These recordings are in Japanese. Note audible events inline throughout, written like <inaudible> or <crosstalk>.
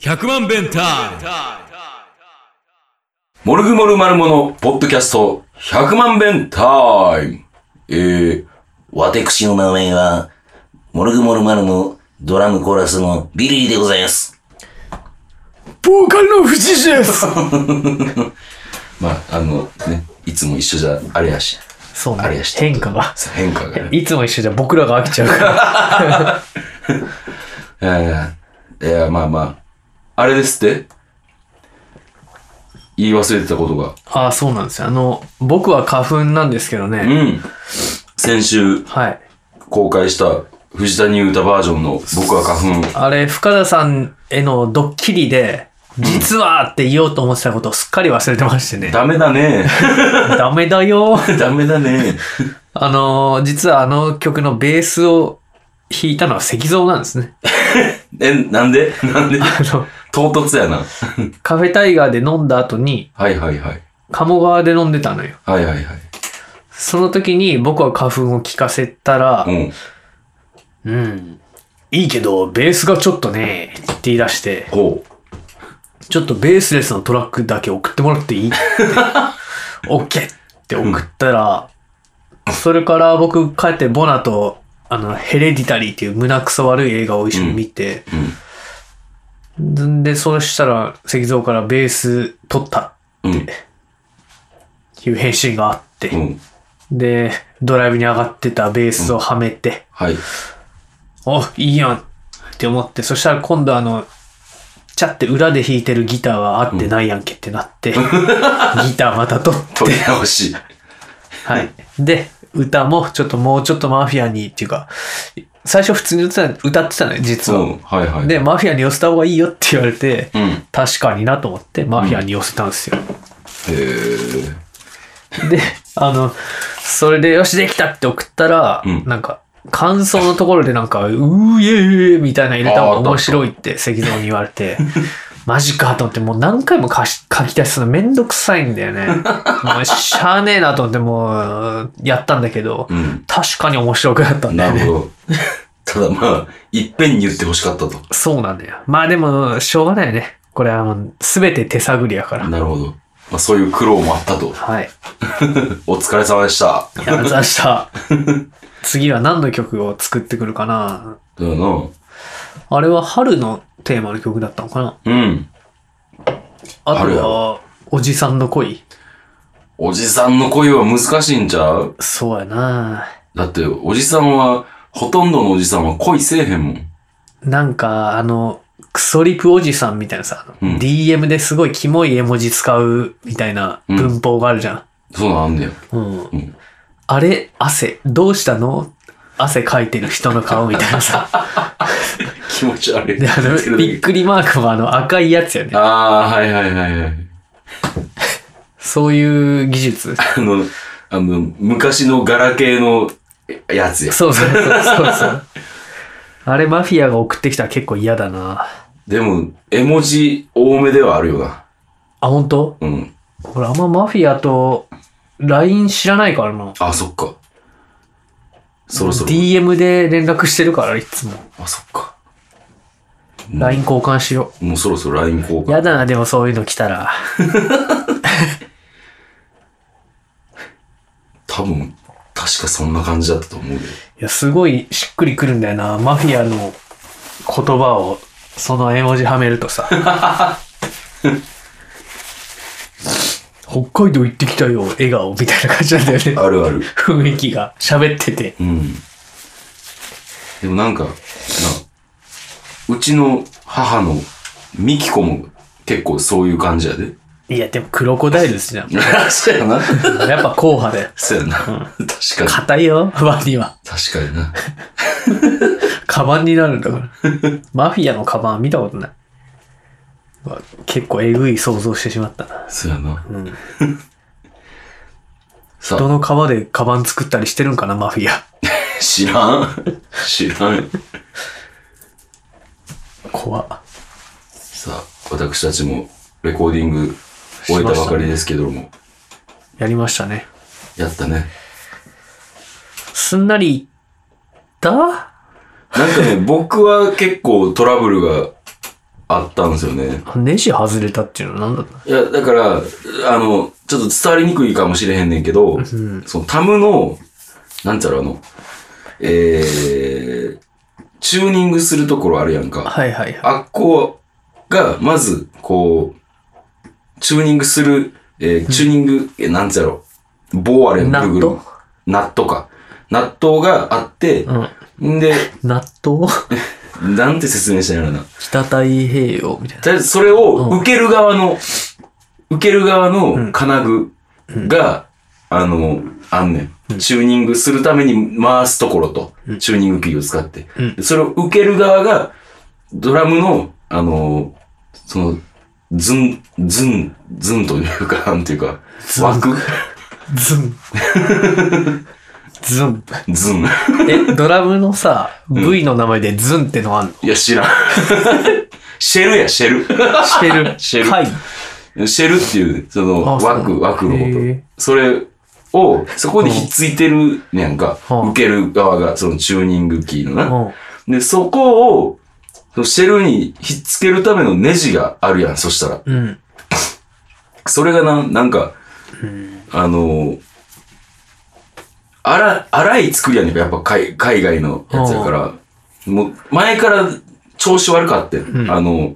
100万弁タモルグモルマルモのポッドキャスト100万弁タイムえー、私の名前は、モルグモルマルモ、ドラムコーラスのビリーでございます。ボーカルの藤井です。まあ、あの、ね、いつも一緒じゃあれやし、そうあれねやし。変化が。変化がね。 <laughs> いつも一緒じゃ僕らが飽きちゃうから。いやいや、いやまあまあ、あれですって言い忘れてたことが。ああ、そうなんですよ。あの、僕は花粉なんですけどうね。ん。先週はい。公開した藤谷歌バージョンの僕は花粉。あれ、深田さんへのドッキリで、実はって言おうと思ってたことをすっかり忘れてましてね。ダメだ <laughs> ね。ダメだよ。ダメだね。 <laughs> あのー、実はあの曲のベースを弾いたのは石像なんですね。え、なんで <laughs> なんであの、唐突やな。カフェタイガーで飲んだ後に、はいはいはい。鴨川で飲んでたのよ。はいはいはい。その時に僕は花粉を聞かせたら、うん。うん。いいけど、ベースがちょっとね、って言い出して、こう。ちょっとベースレスのトラックだけ送ってもらっ <laughs> ていいってオッケーって送ったら、それから僕帰ってボナと、あの、ヘレディタリーっていう胸くそ悪い映画を一緒に見て、んで、そうしたら石像からベース取ったうん。っていう返信があって、うん。で、ドライブに上がってたベースをはめて、はい。お、いいやんって思って、そしたら今度あの、ちゃって裏で弾いてるギターが合ってないやんけってなっ <laughs> て、ギターまた取っ取り直し。はい。で、歌もちょっともうちょっとマフィアにっていうか、最初普通に歌ってた歌ってたのよ、実うは。ん。はいはい。で、マフィアに寄せた方がいいよって言われて、うん。確かになと思ってマフィアに寄せたんですよ。へーで、あの、それでよしできたって送ったら、うんなんか、感想のところでなんか、うーいえーいえーみたいな入れたあーあっ方たが面白いって石像に言われて、 <laughs> マジかと思ってもう何回も書し書き出すのめんどくさいんだよね。もうしゃあねえなと思ってもう、やったんだけど、うん。確かに面白くなったんだなよるね。ほど。ただまあ、いっぺんに言ってほしかったと。そうなんだよ。まあでも、しょうがないよね。これはもう、すべて手探りやから。なるほど。まあそういう苦労もあったと。はい。お疲れ様でした。いや、<laughs> ざした。次は何の曲を作ってくるかなどうのあれは春のテーマの曲だったのかなうん。あ春とやは、おじさんの恋。おじさんの恋は難しいんちゃうそうやなだって、おじさんは、ほとんどのおじさんは恋せえへんもん。なんか、あの、クソリプおじさんみたいなさ、うん DM ですごいキモい絵文字使うみたいなうん文法があるじゃそうなんあんねん。ん。うん。んあれ、汗、どうしたの汗かいてる人の顔みたい <laughs> なさ。気持ち悪い。で、あの、びっくりマークもあの赤いやつやね。ああ、はいはいはいはい。そういう技術。あの、あの、昔のガラケーのやつや。そうそうそうそ <laughs> うそう。あれマフィアが送ってきたら結構嫌だなでも、絵文字多めではあるよな。あ、本当？うん。俺あんまマフィアと LINE 知らないからな。あ、そっか。そろそろ。 DM で連絡してるから、いつも。あ、そっか。 LINE 交換しよもうそろそろ LINE 交う。換。やだな、でもそういうの来たら。多分、確かそんな感じだったと思うけど。いや、すごいしっくりくるんだよな。マフィアの言葉を、その絵文字はめるとさ。北海道行ってきたよ、笑顔、みたいな感じなんだよね。あるある。雰囲気が、喋ってて。うん。でもなんか、な、うちの母のミキコも結構そういう感じや <laughs> で。いや、でもクロコダイルですじゃん。そうやな。やっぱ硬派だよ。そうやな。確かに。硬いよ、ワニは。確かにな。カバンになるんだから。 <laughs> マフィアのカバン見たことない。うわ結構えぐい想像してしまったな。そうやな。んさどの川でカバン作ったりしてるんかな、マフィア。知らん知らん怖っさあ、私たちもレコーディング終えたばかりですけども、やりましたね。やったね。すんなり行ったなんかね、僕は結構トラブルがあったんですよね。ネジ外れたっていうのは何だったいや、だから、あの、ちょっと伝わりにくいかもしれへんねんけど、んそのタムの、なんちゃらあの、えー、チューニングするところあるやんか。はいはいはい。あっこが、まず、こう、チューニングする、えーチューニング、えなんつやろ、棒あれ、ナットグーグルのナットか。ナットがあって、んで、納豆なんて説明したらいいのかな。北太平洋みたいな。とりあえずそれを受ける側の、受ける側の金具が、あの、あんねん。チューニングするために回すところと、チューニング器具を使って。うんでそれを受ける側が、ドラムの、あの、その、ズン、ズン、ズンというか、 <laughs> なんていうか、ズン枠ズン。 <laughs> ズン。ズン。 <laughs> え、ドラムのさ、V の名前でズンってのあんのいや、知らん。 <laughs> シェルや、シェル。 <laughs> してる。シェルはい。シェルっていう、その、あそうな枠、んだ枠のへこえと。それを、そこにひっついてるねやんか。うん受ける側が、そのチューニングキーのうな。ん。で、そこを、そのシェルにひっつけるためのネジがあるやん、そしたら。うん。それがな、なんか、あの、荒、荒い作りやねんか、やっぱ海海外のやつやから。もう、前から調子悪かってん、あの、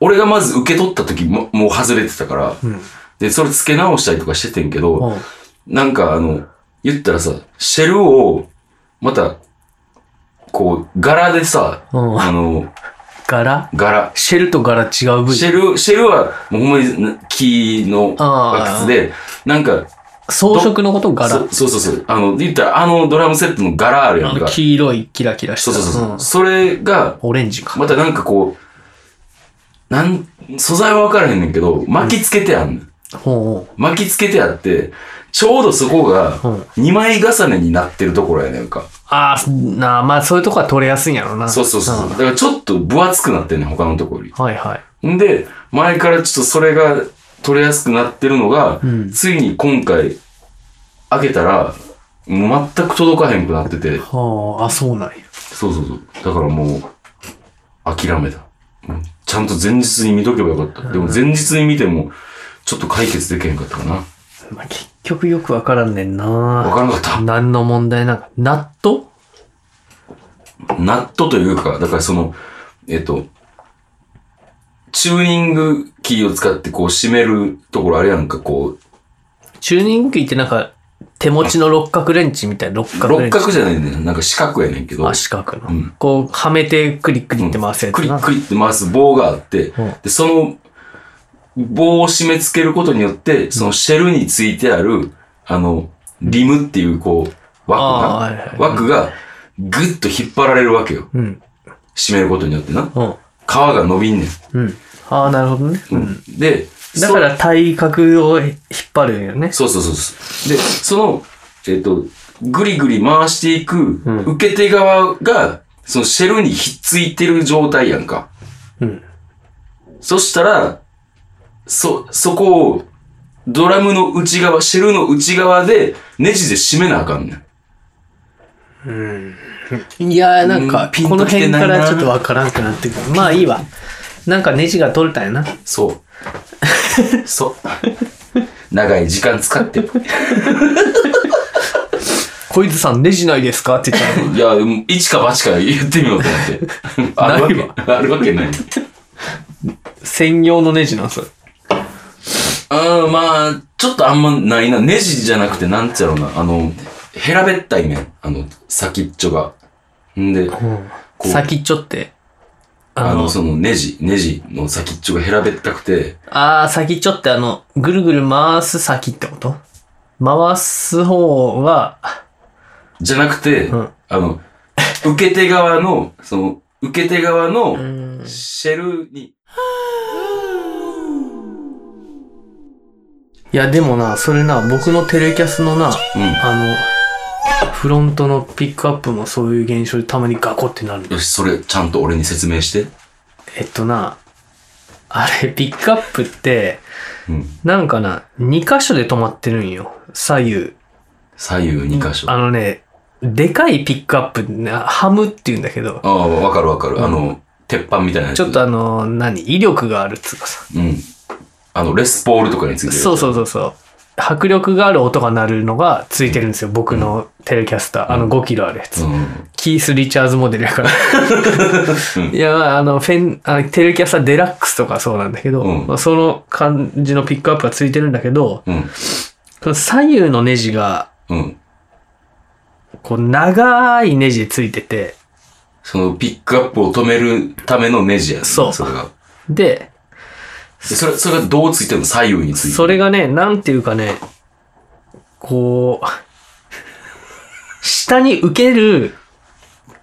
俺がまず受け取った時も、もう外れてたから。うん。で、それ付け直したりとかしててんけうど、ん。なんかあの、言ったらさ、シェルを、また、こう、柄でさ、うんあの、柄柄。シェルと柄違う部シ位。ェル、シェルは、もうほんまに木のあー枠で、なんか、装飾のことを柄。そそうそうそう、あの、言ったらあのドラムセットの柄あるやあんのか。黄色いキラキラしそた。うそうそう。うんそれが、オレンジか。またなんかこう、なん、素材はわからへんねんけど、巻きつけてあんねん。ほう巻きつけてあって、ちょうどそこがうん2枚重ねになってるところやねんか。ああ、なあ、まあそういうとこは取れやすいんやろな。そうそうそう。だからちょっと分厚くなってんねん、他のところようん。はいはい。り。んで、前からちょっとそれが取れやすくなってるのが、んついに今回開けたら、もう全く届かへんくなってて、はあ、あ、そうなんや。そうそうそう。だからもう、諦めた。うんちゃんと前日に見とけばよかった。でも前日に見ても、ちょっと解決できへんかったかな。まあ、結局よくわからんねんな。わからなかった。何の問題なんか。納豆ナットというか、だからその、えっと、チューニングキーを使ってこう締めるところあれやんか、こチューニング機ってなんか、手持ちの六角レンチみたいな六う、角レ六ンチ。角じゃないねんなんか四角やねんけどあ、、四角の。うんこう、はめてクリクリって回すやつクリな。ックリって回す棒があってうん、で、その棒を締め付けることによって、そのシェルについてある、あの、リムっていうこう、あーはい枠はいが、枠がぐっと引っ張られるわけよ。うん。締めることによってな。うん。皮が伸びんねん。うん。ああ、なるほどね。う。うんんで、だから体格を引っ張るんよね。そうそうそうそう。で、その、えっ、と、ぐりぐり回していく、ん受け手側が、そのシェルにひっついてる状態やんか。うん。そしたら、そ、そこを、ドラムの内側、シェルの内側で、ネジで締めなあかんねん。いやーなんうんか、ピンことのきて辺ないなからちょっとわからんくなってくる。まあいいわ。なんかネジが取れたんやな。そう。 <laughs> そう。長い時間使って。小泉さんネジないですかって言 <laughs> ったいや、でも一か八か言ってみようと思って。 <laughs> あるわけ、あるわけない。ら、専用のネジなんすよ。うん、まあ、ちょっとあんまないな。ネジじゃなくて、なんつやろうな。あの、ヘラべったいねん。あの、先っちょが。んで、こう先っちょって。ああの、の、そのネジ、ネジの先っちょがヘラべったくて、あー、先っちょってあの、ぐるぐる回す先ってこと回す方は、じゃなくて、うんあの、受け手側の、その、受け手側うの、んシェルに、いや、でもな、それな、僕のテレキャスのな、うあの、フロントのピックアップもそういう現象でたまにガコってなるん。よし、それ、ちゃんと俺に説明して。えっとな、あれ、ピックアップって、うん。なんかな、2箇所で止まってるんよ。左右。左右2箇所。あのね、でかいピックアップな、ハムって言うんだけど、ああ、わかるわかる。あの、鉄板みたいなやつ。ちょっとあの、何威力があるっつうかさ。うん。あの、レスポールとかについてる。そうそうそうそう。迫力がある音が鳴るのがついてるんですよ。僕のテレキャスター。あの5キロあるやつ。うん。キース・リチャーズモデルやから。 <laughs> いや、まあ、あの、フェン、あのテレキャスターデラックスとかそうなんだけど、うんまあその感じのピックアップがついてるんだけど、うん。その左右のネジが、うん。こう、長いネジついてて、そのピックアップを止めるためのネジやねそうそれが。で、でそれ、それがどうついてるの左右についてる。それがね、なんていうかね、こう、 <laughs> 下に受ける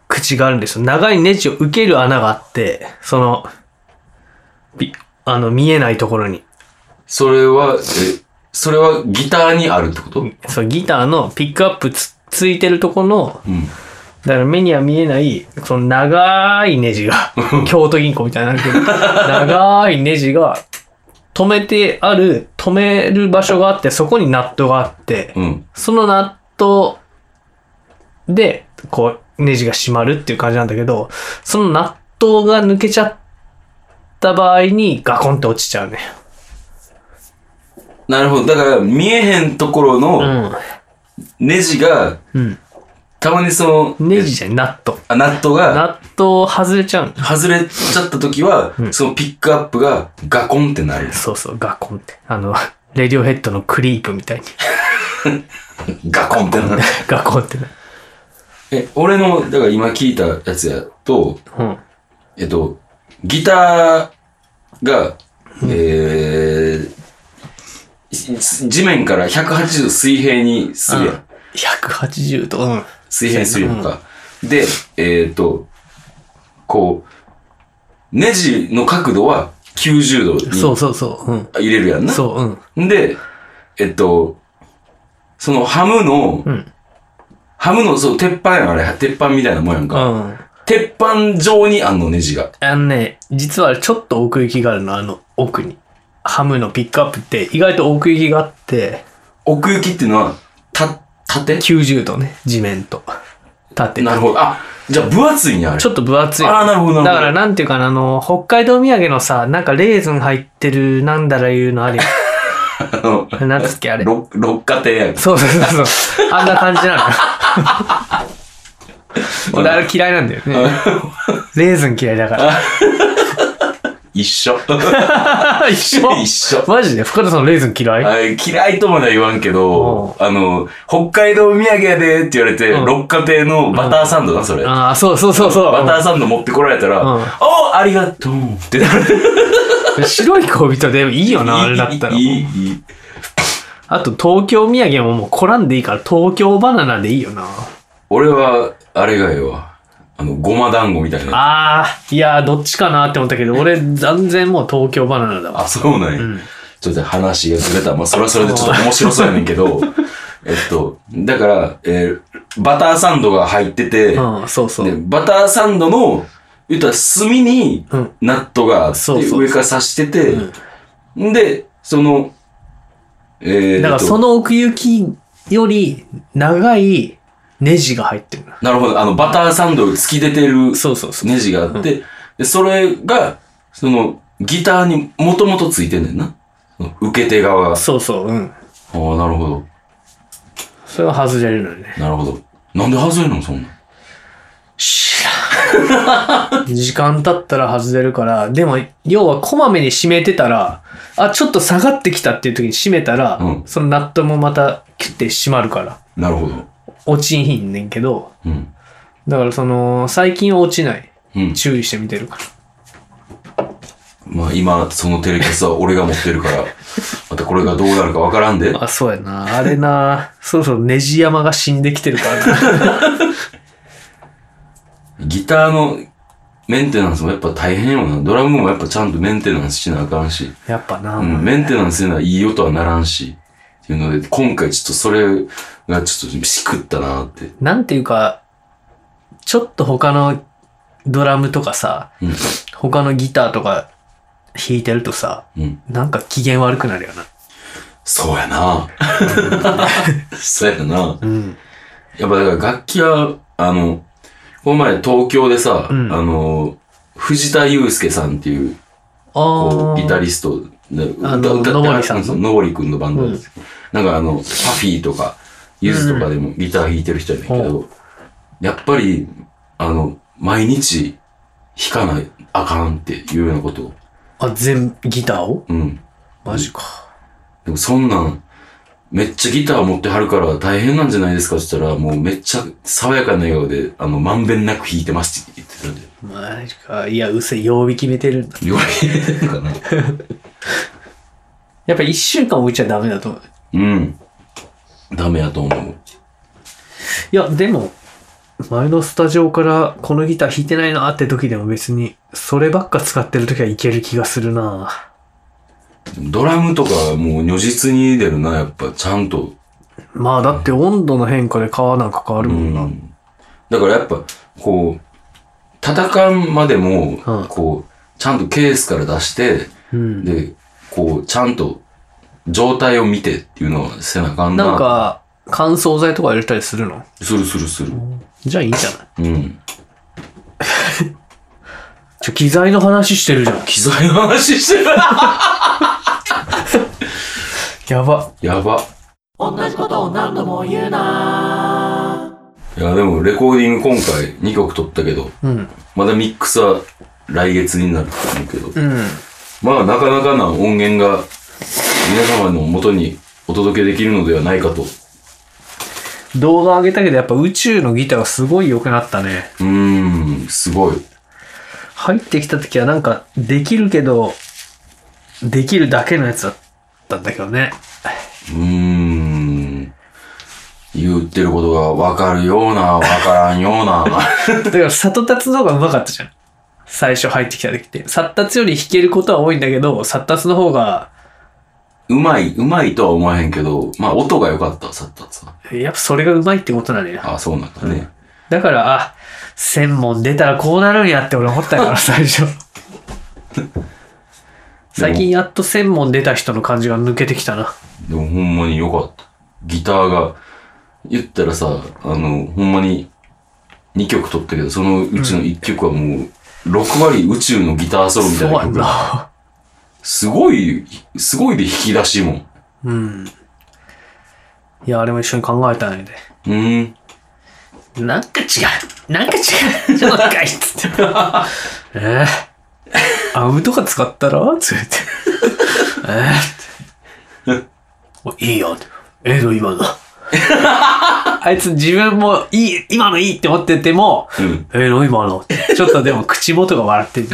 口があるんですよ。長いネジを受ける穴があって、その、びあの、見えないところに。それは、え、それはギターにあるってことうん。そう、ギターのピックアップつついてるとこの、だから目には見えない、その長いネジ <laughs> が、京都銀行みたいになるけど、長いネジが、止めてある、止める場所があって、そこにナットがあって、うん。そのナットで、こう、ネジが締まるっていう感じなんだけど、そのナットが抜けちゃった場合にガコンって落ちちゃうね。なるほど。だから、見えへんところうのん。ネジが、うん。たまにその、ネジじゃない、ナット。あ、ナットが、ナット外れちゃうの外れちゃった時は、そのピックアップがガコンってなる。そうそう、ガコンって。あの、レディオヘッドのクリープみたいに。ガコンって <laughs> なる。ガコンってね。え、俺の、だから今聞いたやつやと、うん。えっと、ギターが、えー、地面から180度水平にするやん。 180度。うん。水平にするやんか。で、えっ、と、こう、ネジの角度は90度にそうそうそう。うん。入れるやんな。そう、うん。で、えっと、そのハムの、うんハムの、そう、鉄板やん、あれ。鉄板みたいなもんやんうか。ん。鉄板上にあんの、ネジが。あのね、実はちょっと奥行きがあるの、あの奥に。ハムのピックアップって意外と奥行きがあって、奥行きっていうのは、た、縦90度ね、地面と。縦。なるほど。あ、じゃあ分厚いね、あれ。ちょっと分厚い。あーなるほどなるほどだからなんていうかな、あの、北海道土産のさ、なんかレーズン入ってる、なんだらいうの <laughs> あるよ。あの、なんつっけ、あれ。六六花亭やん。そうそうそうそう。あんな感じ <laughs> なのよ。俺あれ嫌いなんだよね。レーズン嫌いだか一緒。 <laughs> ら。一緒一緒。 <laughs> マジで深田さんレーズン嫌いあ嫌いとまでは言わんけど、あの、北海道土産やでって言われて、うん六花亭のバターサンドな、それ。ああ、そうそうそうそう。バターサンド持ってこられたら、うんおありがとうってなる。白い恋人でもいいよな、 <laughs> あれだったらい。い、いい。あと東京土産ももうコラんでいいから東京バナナでいいよな。俺は、あれがええわ。あの、ごま団子みたいな。ああ、いやー、どっちかなって思ったけど、俺、断然もう東京バナナだわ。あ、そうなんや。ちょっと話がずれた。まあ、それはそれでちょっと面白そうやねんけ <laughs> ど、えっと、だから、えーバターサンドが入ってて、うん、そうそでう。バターサンドの、言ったら炭にうんナットがあって、そうそうそう上から刺してて、んで、その、えー、だからそえっの奥行きより長いネジが入ってるな。となるほど、あの、バターサンドが突き出てるそうそうそう。ネジがあって、でそれが、その、ギターにもともとついてんねんな。その受け手側が。あそうそう、うん。あー、なるほど。それは外れるのよね。なるほど。なんで外れるのそんなん。時間経ったら外れるから、でも、要はこまめに締めてたら、あ、ちょっと下がってきたっていう時に締めたら、うんそのナットもまたキュッて締まるから、なるほど。落ちんひんねんけど、うん。だからその、最近は落ちない。うん。注意して見てるから。まあ今、そのテレキャスは俺が持ってる <laughs> から、またこれがどうなるかわからんで。あ、そうや <laughs> な。あれな。そろそろネジ山が死んできてるからな。ギターのメンテナンスもやっぱ大変よな。ドラムもやっぱちゃんとメンテナンスしなあかんし。やっぱな。うん。メンテナンスせないい音はならんし。っていうので、今回ちょっとそれがちょっとしくったなって。なんていうか、ちょっと他のドラムとかさ、うん。他のギターとか弾いてるとさ、うん。なんか機嫌悪くなるよな。 <laughs> そうやな。そうやな。うん。やっぱだから楽器は、あの、この前東京でさ、んあの、藤田祐介さんっていう、こあう、ギタあ。リストで、あの歌のぼりさんのそうのぼりくんのバンドなんですよ。なんかあの、パフィーとか、ゆずとかでもギター弾いてる人やねんけど、やっぱり、あの、毎日弾かない、あかんっていうようなことを。あ、全、ギターをうん。マジか。でもそんなん、めっちゃギター持ってはるから大変なんじゃないですかって言ったら、もうめっちゃ爽やかな笑顔で、あの、まんべんなく弾いてますって言ってたんで。マジか。いや、うせ、曜日決めてるんだ。弱いかな。やっぱ一週間置いちゃダメだと思う。うん。ダメやと思う。いや、でも、前のスタジオからこのギター弾いてないなーって時でも別に、そればっか使ってる時はいける気がするなドラムとかもう如実に出るな、やっぱちゃんと。まあだって温度の変化で皮なんか変わるうもんな。ん。だからやっぱ、こう、戦うまでもうん、こう、ちゃんとケースから出して、うん。で、こう、ちゃんと状態を見てっていうのはせなあかんな。なん、か、乾燥剤とか入れたりするのするするする。じゃあいいんじゃないうん。ちょ、機材の話してるじゃん。機材の話してるやば。 <laughs> やば。同じことを何度も言うないや、でもレコーディング今回2曲撮ったけど、うん。まだミックスは来月になると思うけど、うん。まあなかなかな音源が皆様の元にお届けできるのではないかと。う動画上げたけどやっぱ宇宙のギターがすごい良くなったね。ーん、すごい。入ってきた時はなんか、できるけど、できるだけのやつだったんだけどね。うーん。言ってることがわかるような、わからんよ <laughs> うな。だから、里達の方が上手かったじゃん。最初入ってきた時って。里達より弾けることは多いんだけど、里達の方が、うまい、うまいとは思わへんけど、まあ音が良かった、さっさつは。やっぱそれが上手いってことなのよ。ああ、そうなんだね。だから、あ、専門出たらこうなるんやって俺思った <laughs> から、最初。最近やっと専門出た人の感じが抜けてきたな。でもほんまに良かった。ギターが、言ったらさ、あの、ほんまに2曲撮ったけど、そのうちの1曲はもう、6割宇宙のギターソロみたいそうなやん曲。な。すごい、すごいで引き出しもん。うん。いや、あれも一緒に考えたんやで。うん。なんか違うなんか違うちょっとかいっつって。 <laughs> えー、アウムとか使ったらつって。えー、 <laughs> って。もういいよって。ええの <laughs> 今の。あいつ自分もいい、今のいいって思ってても、うん。えー、の今の。ちょっとでも口元が笑ってる。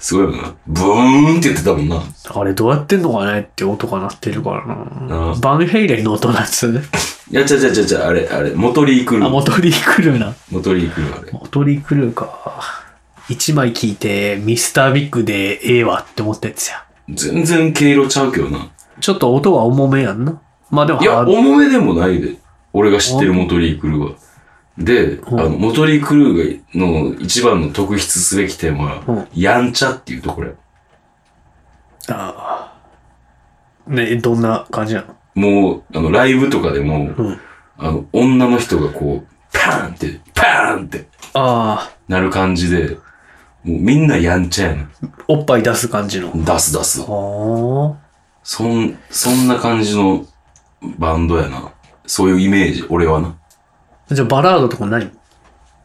すごいよな。ブーンって言ってたもんな。あれどうやってんのかねって音が鳴ってるからなう。んバンヘイレンの音なんですよね。いや、ちゃちゃちゃちゃ、あれ、あれ、モトリークルあ、ー。モトリークルーな。モトリークルー、あれ。モトリークルーか。一枚聞いて、ミスタービッグでええわって思ったやつや。全然毛色ちゃうけどな。ちょっと音は重めやんな。まあでも、いや、ハード重めでもないで。俺が知ってるモトリー・クルーは。で、あの、モトリー・クルーの一番の特筆すべき点うんは、やんちゃっていうところや。ああねどんな感じなのもう、あの、ライブとかでも、うん。あの、女の人がこう、パーンって、パーンってあなる感じで、もうみんなやんちゃやねあ、おっぱい出す感じの。ん。出す出す。ああ。そん、そんな感じのバンドやな。そういうイメージ、俺はな。じゃあバラードとか何い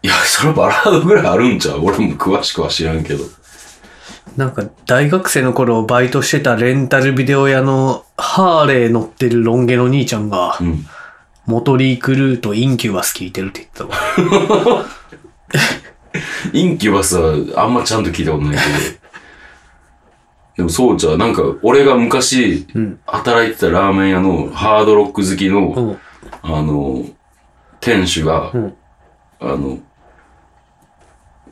や、それバラードぐらいあるんちゃう俺も詳しくは知らんけど。なんか大学生の頃バイトしてたレンタルビデオ屋のハーレー乗ってるロン毛の兄ちゃんがう、ん。モトリークルーとインキュバス聞いてるって言ってたわ。インキュバスはあんまちゃんと聞いたことないけど。 <laughs> でもそうじゃう、なんか俺が昔うん働いてたラーメン屋のハードロック好きの、うん。あの、店主が、うんあの、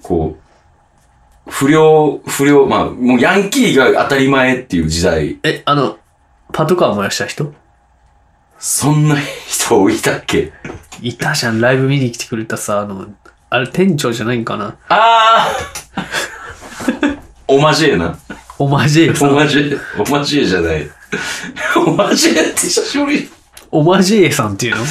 こう、不良、不良、まあ、もうヤンキーが当たり前っていう時代、え、あの、パトカー燃やした人そんな人いたっけいたじゃん、ライブ見に来てくれたさ、あの、あれ店長じゃないんかなああ <laughs> おまじえな。オマージェイおさん。まじえ、おまじえじゃない。おまじえって久しぶり。オマジエさんっていうのオ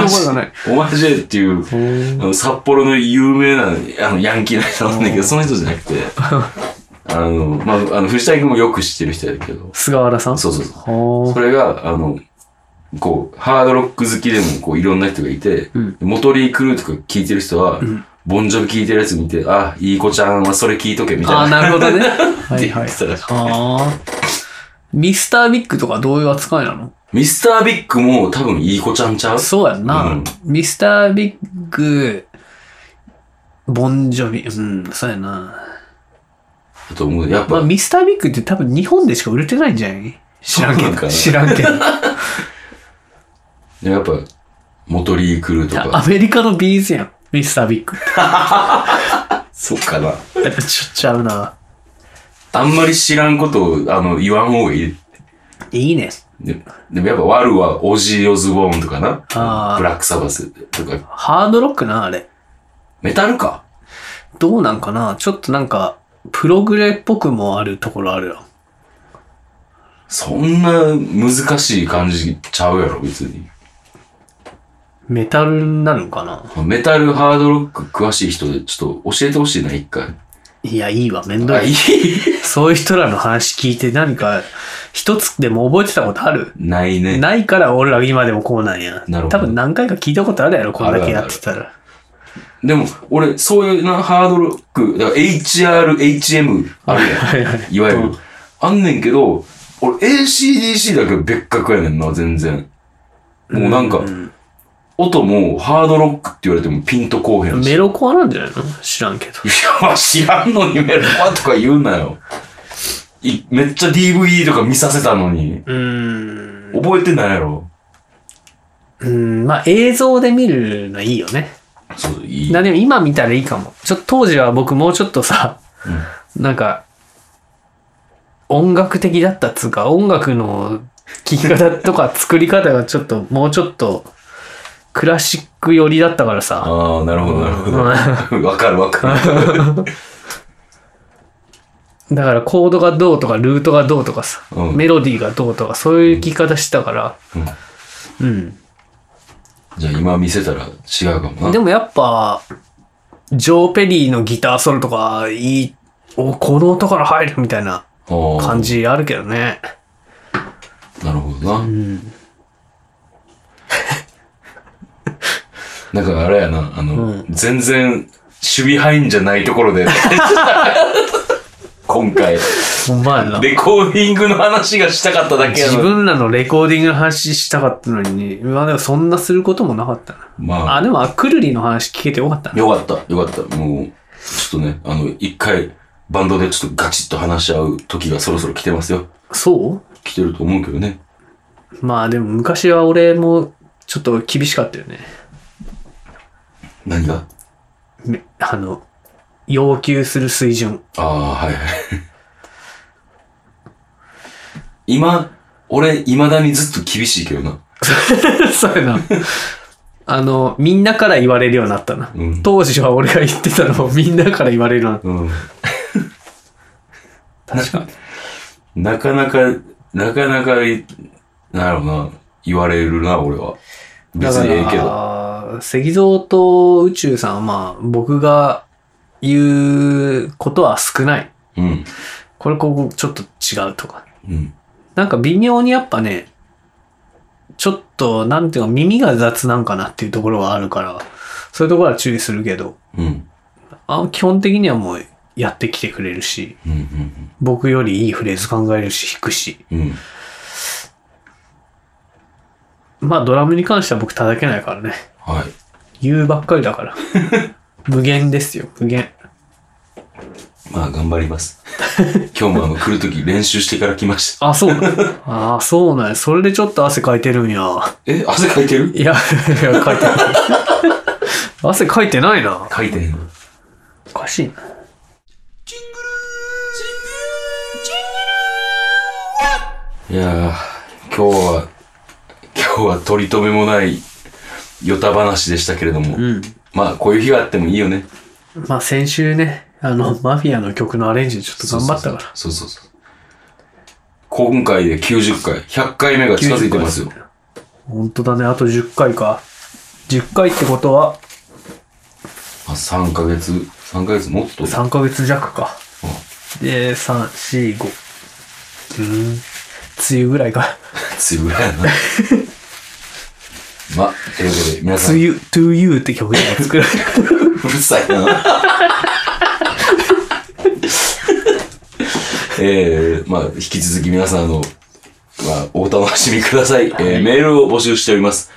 マジ聞いたことない。オマジェっていう、あの札幌の有名なあのヤンキーな人なんだけど、その人じゃなく <laughs> て、あの、まあ、あの、藤谷君もよく知ってる人だけど、菅原さんそうそうそう。ほーそれが、あの、こう、ハードロック好きでも、こう、いろんな人がいて、うんモトリークルーとか聞いてる人は、ボンジョビ聞いてるやつ見て、あ、いい子ちゃんはそれ聞いとけ、みたいな。ああ、なる <laughs> ほどね。はってい言はっいて。たらしいああ。ミスタービッグとかどういう扱いなのミスタービッグも多分いい子ちゃんちゃうそうやんな、うんミスタービッグ、ボンジョビ、うん、そうやな。だと思う。やっぱ、まあ、ミスタービッグって多分日本でしか売れてないんじゃない知らんけそうなんかど。な知らん <laughs> けど。やっぱ、モトリークルーとアか。メリカのビーズやん。ミスタービッグって。そうかな。やっぱ <laughs> ちょっちゃうな。あんまり知らんことを、あの、言わん方がいい。いいね。ででもやっぱ、ワルはオジー・オズボーンとかな。あーブラック・サバスとか。ハードロックな、あれ。メタルか。どうなんかなちょっとなんか、プログレっぽくもあるところあるよ。そんな難しい感じちゃうやろ、別に。メタルになるのかなメタル、ハードロック詳しい人で、ちょっと教えてほしいな、一回。いや、いいわ、めんどあ、いいい。そういう人らの話聞いて何か、一つでも覚えてたことある <laughs> ないね。ないから俺ら今でもこうなんや。なるほど多分何回か聞いたことあるやろ、こんだけやってたら。でも、俺、そういうな、ハードロック、だから HR、HM あるはいやはいん。いわゆる。あんねんけど、俺 ACDC だけ別格やねんな、全然。もうなんか、音もハードロックって言われてもピンとこうへんし。メロコアなんじゃないの知らんけど。いや、知らんのにメロコアとか言うなよ。いめっちゃ DVD とか見させたのに、うーん。覚えてないやろ。うん、まあ映像で見るのいいよね。そう、いい。なでも今見たらいいかも。ちょっと当時は僕もうちょっとさ、なんか、音楽的だったっつうか、音楽の聴き方とか作り方がちょっと、もうちょっと、クラシック寄りだったからさ。ああ、なるほど、なるほど。 <laughs> わかるわか <laughs> だからコードがどうとか、ルートがどうとかさ、うんメロディーがどうとか、そういう聴き方してたから、うん。る。じゃあ今見せたら違うかもな。でもやっぱ、ジョー・ペリーのギターソロとか、いい、お、この音から入るみたいなも感じあるけどね。なるほどな。なんかあれやな、あの、全然守備範囲じゃないところ <laughs> で、今回、ほんまやな。レコーディングの話がしたかっただけや自な。分らのレコーディングの話したかったのに、まあでもそんなすることもなかったな。まあ、でもあくるりの話聞けてよかったあ、な。よかった、よかった。もう、ちょっとね、あの、一回、バンドでちょっとガチッと話し合う時がそろそろ来てますよ。そ来てると思うけどね。うまあでも昔は俺もちょっと厳しかったよね。何がめあの、要求する水準。 <laughs> ああ、はいはい。今、俺、未だにずっと厳しいけどな。そうやな。あの、みんなから言われるようになったな。うん当時は俺が言ってたのを <laughs> みんなから言われるように <laughs> うなっん。た。確かに。なかなか、なかなかい、なるほどな、言われるな、俺は。別にええけど。ど。石像と宇宙さんはまあ僕が言うことは少ない。うん。これここちょっと違うとか。うん。なんか微妙にやっぱね、ちょっと、なんていうか耳が雑なんかなっていうところはあるから、そういうところは注意するけど、うん。あ基本的にはもうやってきてくれるし、うん。うん僕よりいいフレーズ考えるし、弾くし。うん。うん。まあドラムに関しては僕叩けないからね。はい。言うばっかりだから。無限ですよ、無限。まあ、頑張ります。 <laughs> 今日もあの、来るとき練習してから来ました。あ、そうなあ、そうなんや。それでちょっと汗かいてるんや。え、汗かいてるいや、いや、かいてない。汗かいてないな。かいてへん。おかしいな。いやー、今日は、今日は取り留めもない、ヨタ話でしたけれども。うん。まあ、こういう日があってもいいよね。まあ先週ね、あの、マフィアの曲のアレンジちょっと頑張ったから。そうそうそう。今回で90回、100回目が近づいてますよ。 90本当だね。あと10回か。10回ってことは、あ、3ヶ月、3ヶ月もっと。 3ヶ月弱か。うんで、3、4、5。うん。梅雨ぐらいか。つぶらやな。 <laughs> ま、ということで、皆さん、う梅雨、to you って曲が作られる。うるさいな。 <laughs> えー、まあ、引き続き皆さん、あの、まあ、お楽しみください。えーメールを募集しております。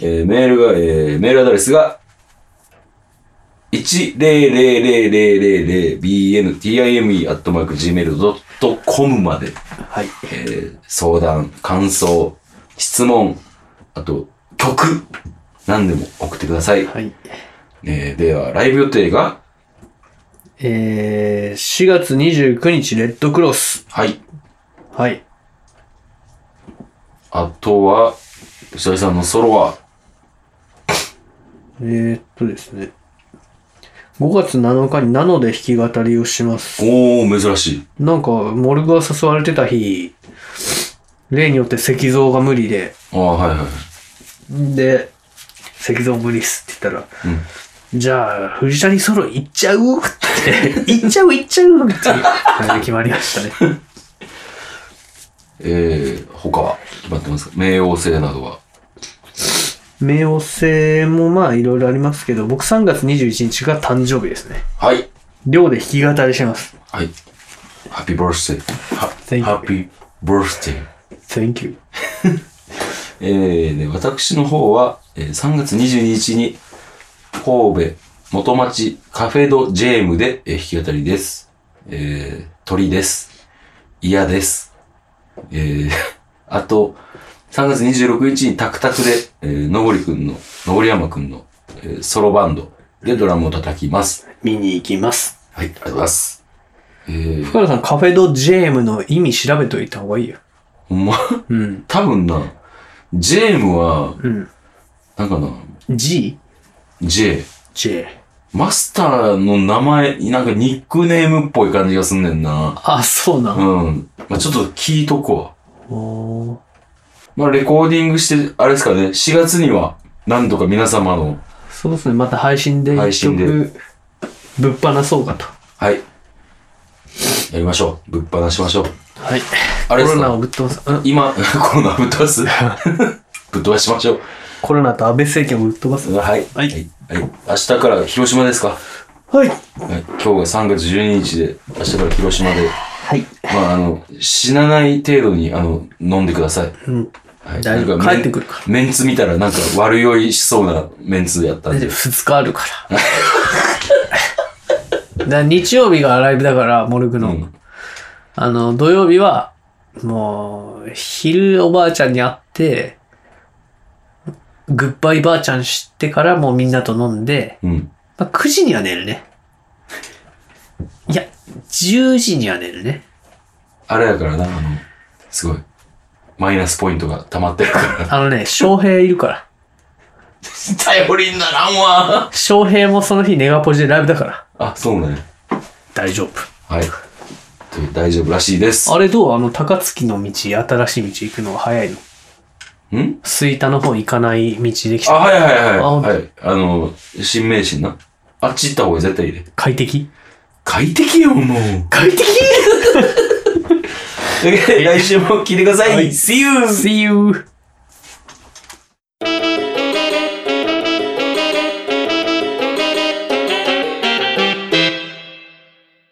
えー、メールが、えー、メールアドレスが、1000000bntime.gmail.com まで。 <laughs> はい。えー相談、感想、質問、あと、曲、何でも送ってください。はい。えーでは、ライブ予定が、えー、4月29日、レッドクロス。はい。はい。あとは、吉田さんのソロは、えー、っとですね。5月7日にナノで弾き語りをします。おー、珍しい。なんか、モルグが誘われてた日、例によって石像が無理で、あー、はいはいはい。で、石像無理っすって言ったら、うんじゃあ、藤谷ソロ行っちゃうって、行っちゃう行っちゃうって感じで決まりまし <laughs> たね。えー、他は、決まってますか冥王星などは。冥王星もまあいろいろありますけど、僕3月21日が誕生日ですね。はい。寮で弾き語りします。はい。ハッピーバースデー。ハ Thank you. ッピーバースデー。 Thank you. えー、で、私の方は、えー3月22日に、神戸元町カフェドジェームで、えー弾き語りです。えー、鳥です。嫌です。えー、 <laughs> あと、3月26日にタクタクで、えー、のぼりくんの、のぼりやまくんの、えーソロバンドでドラムを叩きます。見に行きます。はい、ありがとうございます。えー、深田さん、カフェドジェームの意味調べといた方がいいよ。ほんま、うん。多分な、ジェームは、うん。なんかな、 G? J、 J。マスターの名前、なんかニックネームっぽい感じがすんねんな。あ、そうな。うんん。まあ、ちょっと聞いとこわ。おーまあ、レコーディングして、あれですかね、4月には、なんとか皆様の、そうですね。また配信で配一信で曲ぶっ放そうかと。はい。やりましょう。ぶっ放しましょう。はい。あれでコすロナかをぶっ飛ばす。うん。今、 <laughs> コロナぶっ飛ばす <laughs> ぶっ飛ばしましょう。コロナと安倍政権をぶっ飛ばす。はい。はいはい。明日から広島ですかはい。はい。今日が3月12日で、明日から広島で、はい。まあ、あの、死なない程度に、あの、飲んでください。うん。はい大丈夫なん帰ってくるかメンツ見たらなんか悪酔いしそうなメンツやったん大丈で夫。。2日あるから。 <laughs> だから日曜日がライブだから、モルグの。うんあの、土曜日は、もう、昼おばあちゃんに会って、グッバイばあちゃん知ってからもうみんなと飲んで、うん。まあ、9時には寝るね。いや、10時には寝るね。あれやからな、あの、すごい。マイナスポイントが溜まってるから。 <laughs> あのね、翔平いるから。頼りにならんわ翔平もその日ネガポジでライブだから。あ、そうね。大丈夫。はい。という大丈夫らしいです。あれどうあの、高槻の道、新しい道行くのが早いの。ん吹田の方行かない道できあ、た。はいはいはい。あ本当はい。あの、新名神な。あっち行った方が絶対いいで。快適快適よ、 <laughs> もう。快適というわけで <laughs> 来週も聞いてください。 !See you! See you!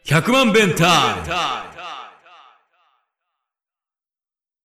!100 万弁タイム